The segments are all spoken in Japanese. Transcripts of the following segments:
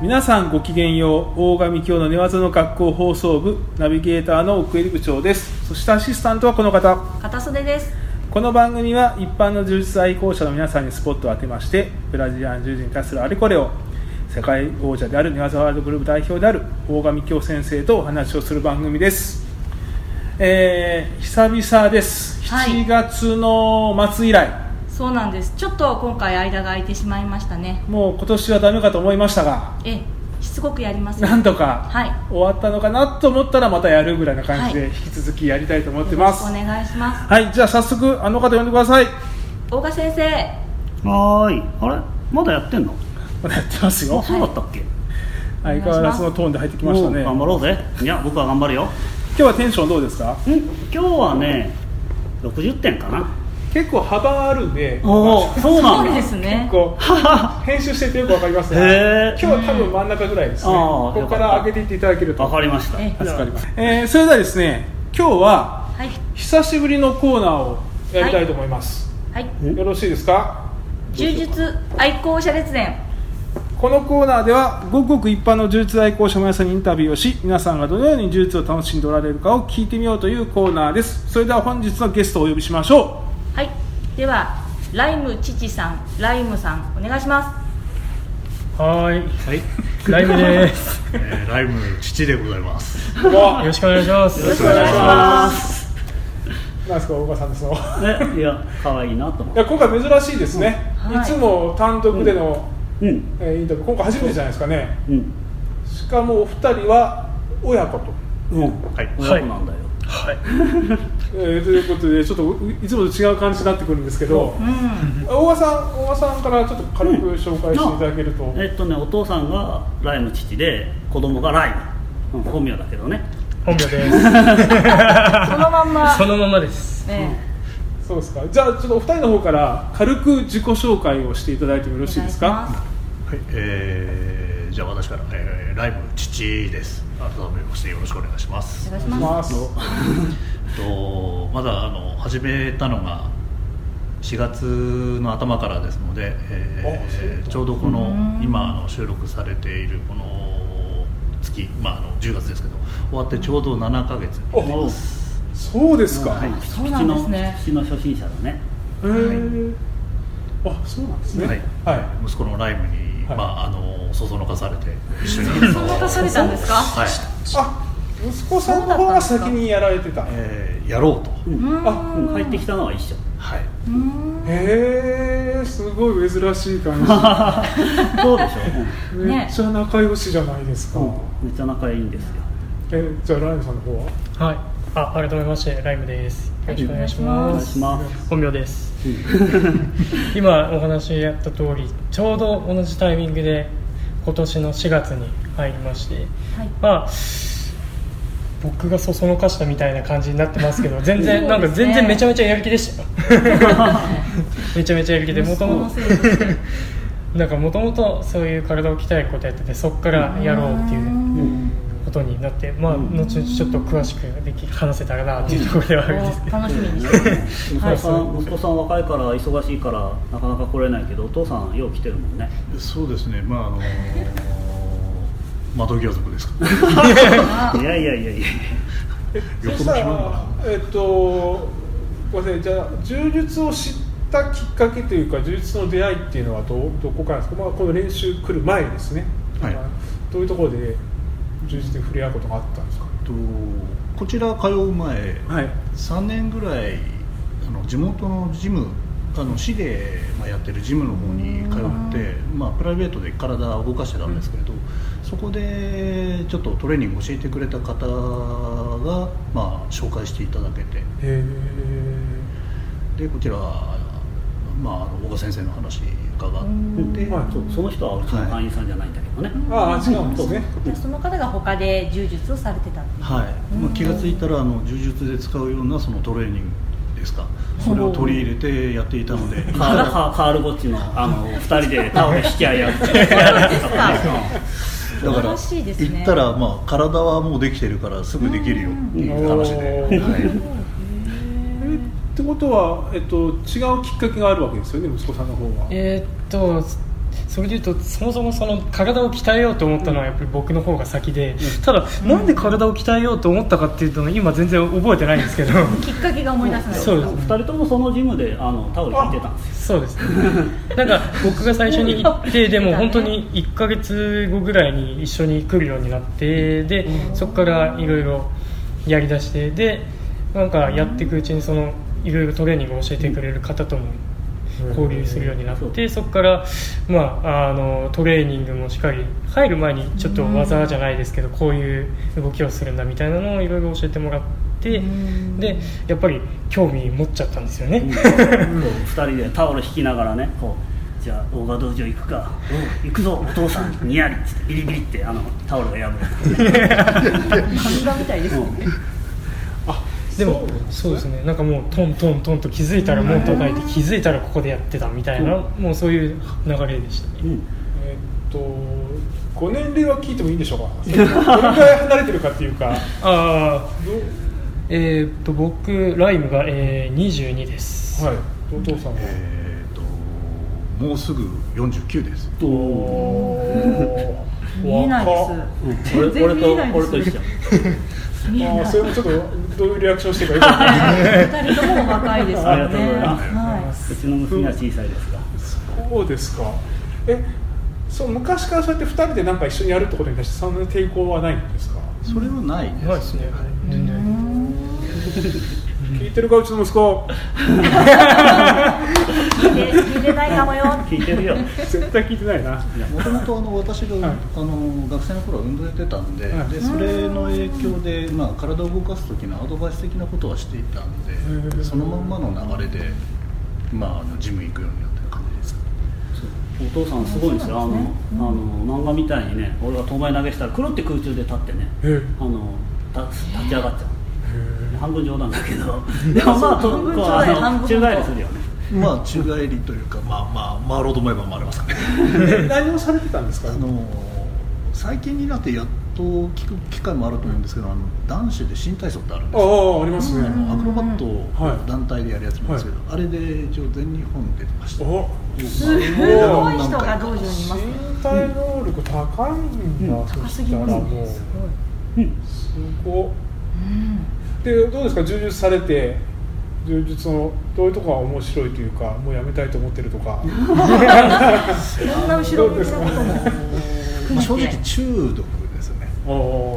皆さんごきげんよう大神教の寝技の学校放送部ナビゲーターの奥襟部長ですそしてアシスタントはこの方片袖ですこの番組は一般の柔術愛好者の皆さんにスポットを当てましてブラジリアン柔術に対するあれこれを世界王者である寝技ワールドグループ代表である大神教先生とお話をする番組ですえー、久々ですはい7月の末以来、そうなんですちょっと今回間が空いてしまいましたねもう今年はダメかと思いましたがえしつこくやりますなんととかはい終わったのかなと思ったらまたやるぐらいな感じでは引き続きやりたいと思ってます、おはい願いしますじゃあ早速あの方呼んでください大賀先生はーいあれまだやってんのまだやってますよ あそうだったっけ、相変わらずのトーンで入ってきましたおねう頑張今ろうぜいや僕は頑張るよん日はテンションどうですか今日はね60点かな結構幅あるんでおおそうなんだですね結構編集しててよくわかりますねへー今日は多分真ん中ぐらいですねうんこあーこから上げていっていただけると わかりましたえ助かります、えーそれではですね今日ははい久しぶりのコーナーをやりたいと思います、はいはいよろしいですか柔術愛好者列伝このコーナーではごくごく一般の柔術愛好者の皆さんにインタビューをし皆さんがどのように柔術を楽しんでおられるかを聞いてみようというコーナーですそれでは本日のゲストをお呼びしましょはいではライム父さんライムさんお願いしまはーい、はい、ライムです。えーライム父でございます。うよわろしくお願いします。すよろしくお願いしますなんですか大岡さん ですのいえいや可愛いなと思ってや今回珍しいですね、はいい、つも単独での、うんえーインタビュー今回初めてじゃないですかねうんしかもお二人は親子と、うんはい。親子なんだよ、はい、えーということでちょっとういつもと違う感じになってくるんですけどすうん大岡さん大岡さんからちょっと軽く紹介していただけると、えっとねお父さんがライム父で子供がライム、うん本名だけどね本名です。そのまんまそのままです。ねそうですか。じゃあちょっとお二人の方から軽く自己紹介をしていただいてもよろしいですお願いしか。まはい、えーじゃあ私から、えーライム父です。改めましてよろしくお願いしますすお。願いしおま願いしますとまだあの始めたのが4月の頭からですので、えあそうーだちょうどこのうん今あの収録されているこの月、まああの10月ですけど、終わってちょうど7ヶ月。おそうですか。はいへそうなんですね口の口の初心者だねーあ、そうなんですね。はいは息子のライムに、はいまああのそそのかされて一緒に。すそのかされたんですかはい、あ、息子さんの方が先にやられてた。へえーやろうと、うんうあうんん帰ってきたの は一緒はい、うんえ、すごい珍しい感そうでしじ。ねめっちゃ仲良しじゃないですょ、か。うんうん、めっちゃ仲いいんですよえ、じゃあライムさんの方は。はい、あ、改めまして、ライムです。よろしくお願いしおま願いす。します本名です。今お話しあった通り、ちょうど同じタイミングで。今年の4月に入りまして、はいまあ。僕がそそのかしたみたいな感じになってますけど、全然、そなうんですねか全然めちゃめちゃやる気でしたよ。 めちゃめちゃやる気で、も息と子ものとせいとしてなんかもともとそういう体を鍛えることやっててそこからやろうっていううんことになってまあうん後々ちょっと詳しくでき話せたらなっていうところで はあるんですけおど楽しみに してます息子さん、息子さん若いから忙しいからなかなか来れないけどお父さんよう来てるもんねそうですね、まああの窓際族ですか。いやいやいやいやそよっぽしどた暇だらな、えっと、ごめんなさい、じゃあ、柔術を知ったきっかけというか、柔術の出会いっていうのはどう、どこからですか、まあ、この練習来る前ですね、はいまあどういうところで柔術に触れ合うことがあったんですか。とこちら通う前、はい、 3年ぐらいあの地元のジムあの市で、まあ、やってるジムの方に通って、まあ、プライベートで体を動かしてたんですけれど、そこでちょっとトレーニングを教えてくれた方が、まあ、紹介していただけてへでこちら、まああの、小川先生の話伺って、うんはいそうその人はうちの会員さんじゃないんだけどね、え。ああ、違うんですね。じゃあその方が他で柔術をされてたっていうはいまあ、気が付いたらあの柔術で使うようなそのトレーニングですかそれを取り入れてやっていたのでカールカーカールゴッチのあの二人でタオル引き合いやってうだか素晴ららしいですね行ったらまあ体はもうできてるからすぐできるよっていう話で、うんはいえってことは、えっと、違うきっかけがあるわけですよね、息子さんの方は。えーっとそれでいうとそもそもその体を鍛えようと思ったのはやっぱり僕の方が先で、ただなんで体を鍛えようと思ったかっていうと今全然覚えてないんですけどきっかけが思い出せないそうです2人ともそのジムであのタオル引いてたんですよそうですなんか僕が最初に行ってでも本当に1ヶ月後ぐらいに一緒に来るようになってでそこからいろいろやりだしてでなんかやっていくうちにそのいろいろトレーニングを教えてくれる方とも交流するようになってそこから、まあ、あのトレーニングもしっかり入る前にちょっと技じゃないですけどこういう動きをするんだみたいなのをいろいろ教えてもらってでやっぱり興味持っちゃったんですよね。 2人でタオル引きながらねこうじゃあ大賀道場行くかおう行くぞお父さんにやりっつってビリビリってあのタオルを破る漫画みたいですもうでもそうですねなんかもうトントントンと気づいたら門叩いて気づいたらここでやってたみたいなもうそういう流れでしたねうんえっとご年齢は聞いてもいいんでしょうかそれどれくらい離れてるかっていうかああどえーっと僕ライムが、えー、22です、はいお父さんはえー、ともうすぐ49ですお見えないです俺全然見えないとで俺すと一緒見えあーないそれもちょっとどういうリアクションしてるかよくわかんない二人ともお若いですよねありがとうございますはうちの娘は小さいですがそうですかえそう昔からそうやって2人でなんか一緒にやるってことに対してそんなに抵抗はないんですか、それはないです、ないですねはい全然聞いてるかうちの息子い聞いて聞いてないかもよ聞いてるよ絶対聞いてない なもともとあの私が、はいあの学生の頃は運動やってたんで,、はいでそれの影響で、まあ、体を動かす時のアドバイス的なことはしていたんで、うんそのまんまの流れで、まああの、ジム行くようになってる感じですお父さんすごいんですよあのあの漫画みたいにね俺が遠前投げしたらくるって空中で立ってねえあのた立ち上がっちゃう半分冗談だ けどでもまあと半分こう冗談あ半の分宙冗談返りするよねまあ宙返りというか、まあまあ、回ろうと思えば回れますからねえ何をされてたんですあかの最近になってやっと聞く機会もあると思うんですけどあの男子で新体操ってあるんですよああありますねアクロバットをはい団体でやるやつなんですけど、あれで一応全日本出てました、おすごい人が道場にいますね身体能力高いんだ、そ高すしぎたらますもうねすすごいごいでどうですか充実されて充実のどういうとこが面白いというかもうやめたいと思ってると かいろんな後ろ向きなこともまあ、正直中毒ですねああ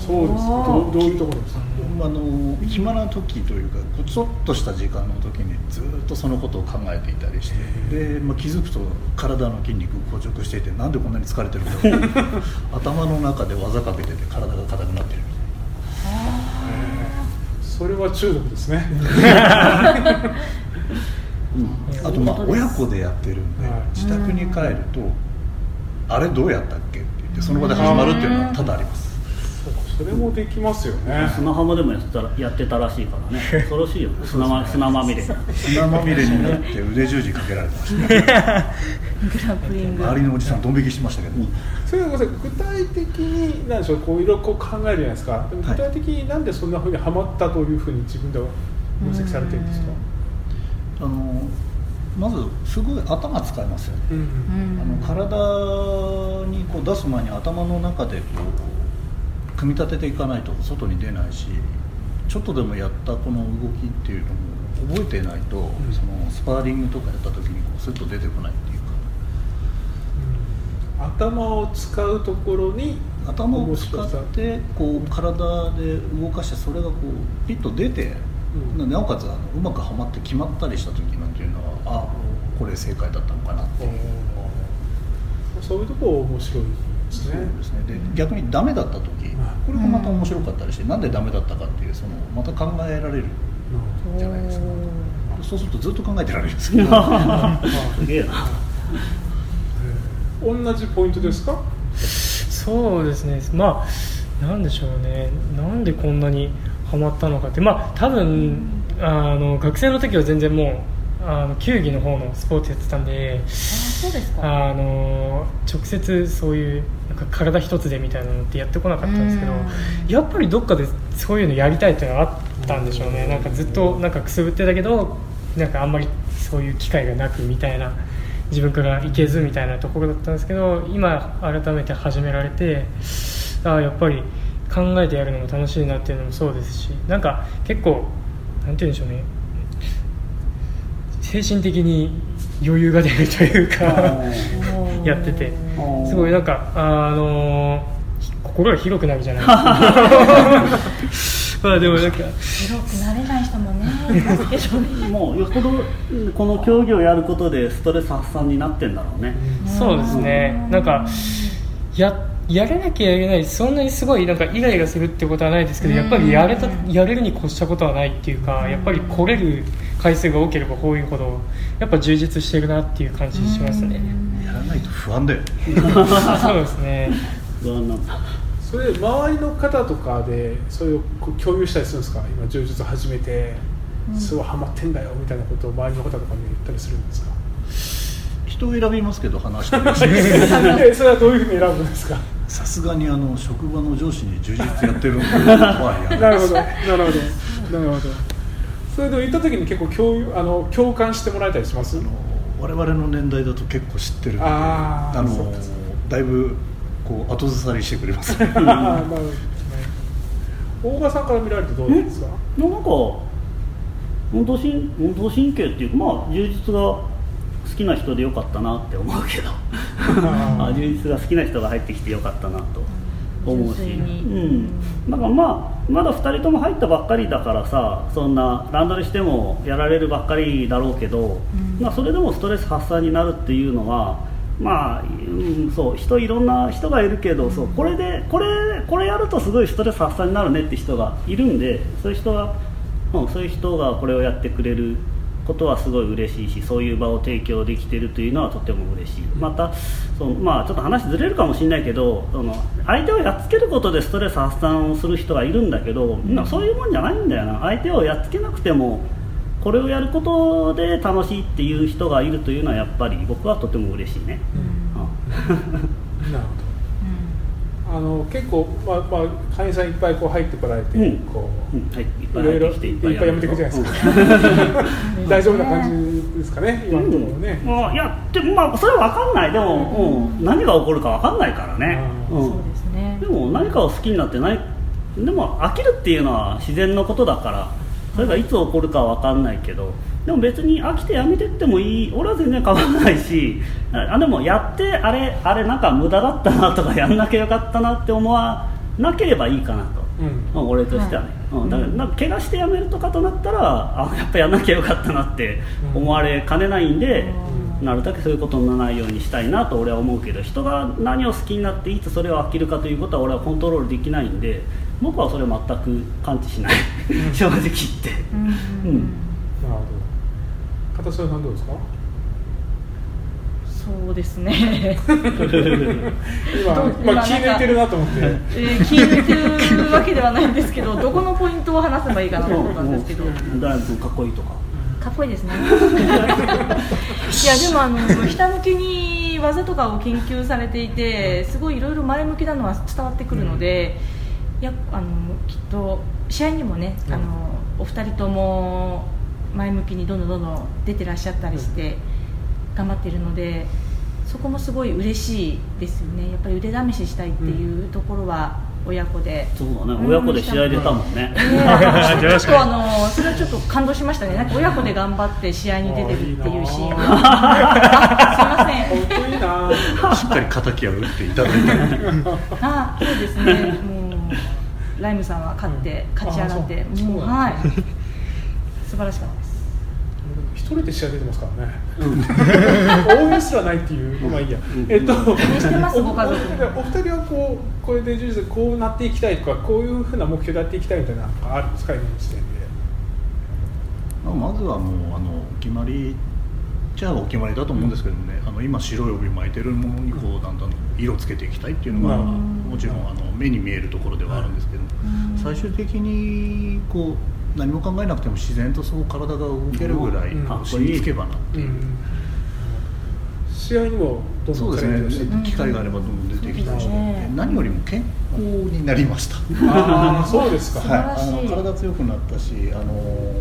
そうですかどうどういうところですかあの暇な時というかこうちょっとした時間の時にずっとそのことを考えていたりしてで、まあ、気づくと体の筋肉硬直していてなんでこんなに疲れてるんだろ う頭の中で技かけてて体が硬くなってるみそれは中毒ですねたいなあとまあ親子でやってるんで、はい自宅に帰るとあれどうやったっけって言ってその場で始まるっていうのは多々ありますそうかそれもできますよね砂浜でもやってたらやってたらしいからね恐ろしいよね砂ま砂まみ れ砂まみれになって腕十字かけられてましたグラップリング周りのおじさんドン引きしてましたけど、それはごめんなさい具体的に何でしょうこういろいろこう考えるじゃないですかでも具体的になんでそんなふうにはまったというふうに自分では分析されてるんですか、あのまずすごい頭使いますよねうんうあんの体にこう出す前に頭の中でこう組み立てていかないと外に出ないしちょっとでもやったこの動きっていうのも覚えてないと、んそのスパーリングとかやった時にこうスッと出てこないっていうか頭を使うところに頭を使ってこう体で動かしてそれがこうピッと出て、うんなおかつあのうまくはまって決まったりした時なんていうのはああこれ正解だったのかなっていう。そういうところ面白いですそうねですねで逆にダメだった時これがまた面白かったりして、なんでダメだったかっていうそのまた考えられるじゃないですかそうするとずっと考えてられるんですけどすげえなうん同じポイントですかそうですねまあなんでしょうねなんでこんなにハマったのかってまあ多分あの学生の時は全然もうあの球技の方のスポーツやってたんであそうですかあの直接そういうなんか体一つでみたいなのってやってこなかったんですけどうんやっぱりどっかでそういうのやりたいっていうのはあったんでしょうねなんかずっとなんかくすぶってたけどなんかあんまりそういう機会がなくみたいな自分から行けずみたいなところだったんですけど今改めて始められてああやっぱり考えてやるのも楽しいなっていうのもそうですしなんか結構なんて言うんでしょうね精神的に余裕が出るというか やっててすごいなんかあのひ心が広くなるじゃないですか まあでもなんか広くなれない人もねいますけどねもうよほどこの競技をやることでストレス発散になってんだろうね、そうですねなんかややらなきゃいけないそんなにすごいなんかイライラするってことはないですけどやっぱりやれたやれるに越したことはないっていうかやっぱり来れる回数が多ければ多いほどやっぱ充実してるなっていう感じしますねやらないと不安だよ そうですね不安なんだそれ周りの方とかでそういうこう共有したりするんですか今柔術始めてすごいハマってんだよみたいなことを周りの方とかに言ったりするんですか人を選びますけど話してるえそれはどういうふうに選ぶんですかさすがにあの職場の上司に充実やってるのはや なるらないほどなるほどなるほどそれでも行った時に結構共有あの共感してもらえたりしますあの我々の年代だと結構知ってるのでああーそうのかそだいぶこう後ずさりしてくれますあーなるほどね大賀さんから見られてどうなんですかなんか運動神運動神経っていうかまあ充実が好きな人でよかったなって思うけどあ充実が好きな人が入ってきてよかったなと思うし、純粋にうん、なんかまあまだ2人とも入ったばっかりだからさそんなランダルしてもやられるばっかりだろうけど、まあ、それでもストレス発散になるっていうのはまあ、うん、そう人いろんな人がいるけどそうこれでこれこれやるとすごいストレス発散になるねって人がいるんでそういう人が、うん、そういう人がこれをやってくれることはすごい嬉しいしそういう場を提供できているというのはとても嬉しいまたその、まあ、ちょっと話ずれるかもしれないけどその相手をやっつけることでストレス発散をする人がいるんだけど、なんかそういうもんじゃないんだよな相手をやっつけなくてもこれをやることで楽しいっていう人がいるというのはやっぱり僕はとても嬉しいね、なるほどあの結構、まあまあ、会員さんいっぱいこう入ってこられて、うんこうんうんはい、いっうぱいいろい入ろってきていっぱいやめていくじゃないですかか、大丈夫な感じですかね今のところね、もういやでもまあそれは分かんないでも、うん何が起こるか分かんないからね、ううんそうですねでも何かを好きになってないでも飽きるっていうのは自然のことだからそれがいつ起こるかは分かんないけどでも別に飽きてやめてってもいい俺は全然変わらないしあでもやってあれあれなんか無駄だったなとかやんなきゃよかったなって思わなければいいかなとうんまあ俺としてはね、うん、だからなんか怪我してやめるとかとなったらあやっぱやんなきゃよかったなって思われかねないんで、なるだけそういうことにならないようにしたいなと俺は思うけど人が何を好きになっていつそれを飽きるかということは俺はコントロールできないんで僕はそれ全く感知しない正直言って、うんうんなるほど片添さんどうですかそうです ねどう今今今気抜いてるなと 思ってえー気抜いてるわけではないんですけ どどこのポイントを話せばいいかなと思ったんですけど誰もかっこいいとかか っこいいですねいやでもあのひたむきに技とかを研究されていてすごいいろいろ前向きなのは伝わってくるので、いやあのきっと試合にもね、あのお二人とも前向きにどんどんどんどん出てらっしゃったりして頑張ってるのでそこもすごい嬉しいですよねやっぱり腕試ししたいっていうところは親子で。そうだねうん親子で試合出たもんね、ねえちょっとあのそれはちょっと感動しましたね。なんか親子で頑張って試合に出てるっていうシーンを。あすみません。かっこいいな しっかり敵は打っていただいたのであそうですね。もうライムさんは勝って勝ち上がって、あそうもうそうなはい素晴らしかったです。一人で試合出てますからね、応援すらないっていう、まあいいや、えっと、おしてますご家族おお二人はこうこれで柔術こうなっていきたいとか、こういうふうな目標でやっていきたいみたいなのがあるんですか、今の時点で。まあまずはもうあのお決まりじゃあお決まりだと思うんですけどもね、あの今白い帯巻いてるものにこうだんだん色つけていきたいっていうのが、うんもちろんあの目に見えるところではあるんですけど、最終的にこう何も考えなくても自然とそう体が動けるぐらい、うんこう身につけばなっていう、試合にもどんどそんうチでャレンジをしすていくね機会があればどんどん出てきたりしそうですて、ね何よりも健康になりました。ああそうですか、素晴らしいあの体強くなったし、あの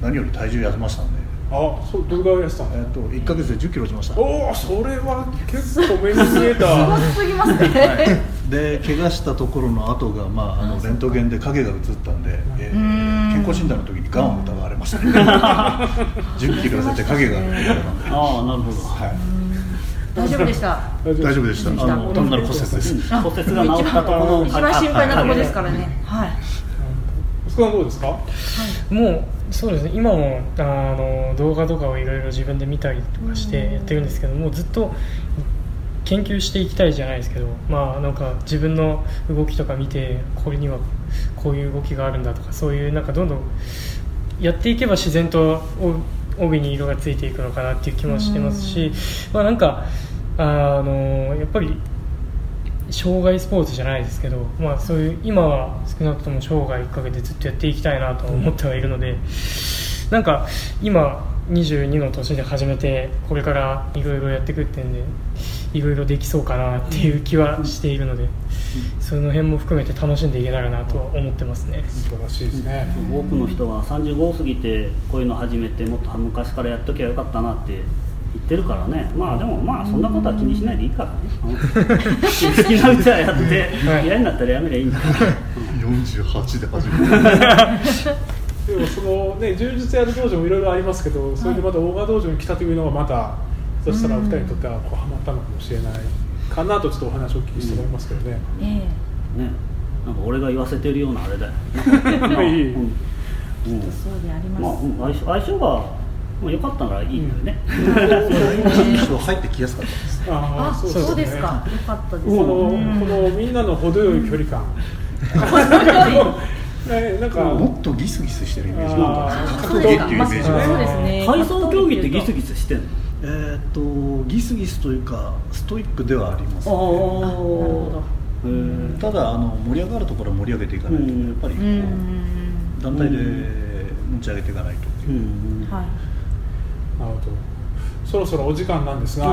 何より体重痩せましたんであそうどれぐらい痩せたえのっと1ヶ月で1 0キロ落ちましたおおそれは結構目に見えたすご すぎますねで怪我したところの跡が、まあ、あのレントゲンで影が映ったんで、えーうん健康診断の時にがんを疑われましたね 10キロ痩せて影が現れたんで、ああなるほどは大丈夫でした大い、大丈夫でしたでしたあの単なる骨折です骨折が治ったところ一番心配なとこですからねはいそこはどうですかもうそうですね今もあの動画とかをいろいろ自分で見たりとかしてやってるんですけどもうずっと研究していきたいじゃないですけど、まあ、なんか自分の動きとか見てこれにはこういう動きがあるんだとかそういうなんかどんどんやっていけば自然とお帯に色がついていくのかなっていう気もしてますし、まあ、なんかあのやっぱり障害スポーツじゃないですけど、まあ、そういう今は少なくとも生涯かけてずっとやっていきたいなと思ってはいるので、なんか今22の年で始めてこれからいろいろやっていくってんでいろいろできそうかなっていう気はしているので、その辺も含めて楽しんでいけたらなとは思ってますね。素晴らしいですね多くの人は35を過ぎてこういうの始めてもっと昔からやっときゃよかったなって言ってるからねまあでもまあそんなことは気にしないでいいからねうん好きなうちはやってはい嫌になったらやめりゃいいんだから48で初めてでもそのね柔術やる道場もいろいろありますけどそれでまた大賀道場に来たというのがまたそしたらお二人にとってはこうハマったのかもしれないかなとちょっとお話をお聞きして思いますけどね、えねなんか俺が言わせてるようなあれだよまあいいうんうんえそうでありまあまうん相性相性がもう良かったからいいんだよね、印象入ってきやすかったですあすあそうですかよかったですこのうんこのみんなの程よい距離感、ねなんかもっとギスギスしてるイメージがあったんですよあーそう格です闘技かっていうイメまあねそうでージがすね 体操競技ってギスギスしてんのえーっとギスギスというかストイックではあります、ね、ああなるほどへただあの盛り上がるところは盛り上げていかないと、うんやっぱりこううん団体で持ち上げていかないとってえういうんはいなるほどそろそろお時間なんですが、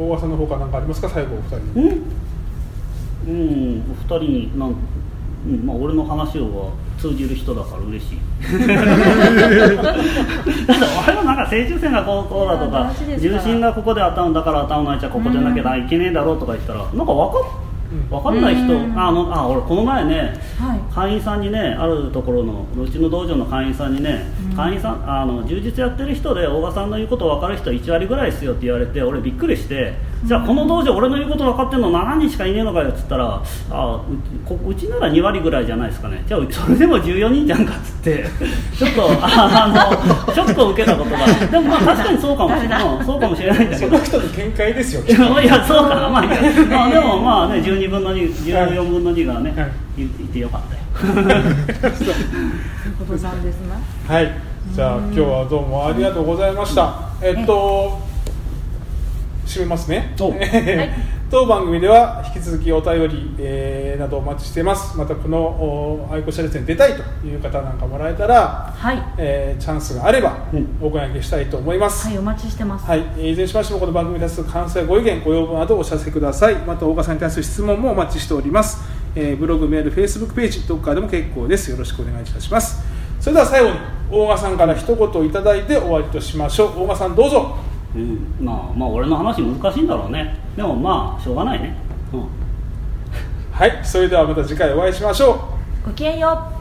大和さんの方から何かありますか最後お二人うに、ん、うん、お二人になん、うんまあ、俺の話をは通じる人だから嬉し いだって俺もなんか正中線がこうこうだいとやか大事ですから重心がここで頭だから頭の位置はここじゃなきゃいけねえだろうとか言ったらなんか分かうん分かんない人うんあのあ俺この前ねはい会員さんにねあるところのうちの道場の会員さんにね、うん会員さんあの充実やってる人で大賀さんの言うこと分かる人1割ぐらいですよって言われて俺びっくりして、じゃあこの道場俺の言うこと分かってるの7人しかいねえのかよっつったらあうこうちなら2割ぐらいじゃないですかねじゃあうそれでも14人じゃんかっつって ちょっとああのショックを受けたことがでもまあ確かにそうかもしれないそうかもしれないんだそけのど人の見解ですよいやいやそうかなまあいいやまあでもまあね12分の2 14分の2がね、、はいいてよかったよということなんですなはい、じゃあ今日はどうもありがとうございました。えっと締めますね。 当番組では引き続きお便り、えーなどお待ちしています。またこのお愛好者列伝に出たいという方なんかもらえたら、はいえーチャンスがあればうんお声掛けしたいと思います。ははいいお待ちしてますいえーいずれにしましてもこの番組に対する感想やご意見ご要望などお知らせくださいまた大川さんに対する質問もお待ちしております、えーブログメールフェイスブックページどこからでも結構ですよろしくお願いいたしますそれでは最後に大川さんから一言いただいて終わりとしましょう大川さんどうぞうん、まあまあ俺の話難しいんだろうねでもまあしょうがないね、うんはいそれではまた次回お会いしましょうごきげんよう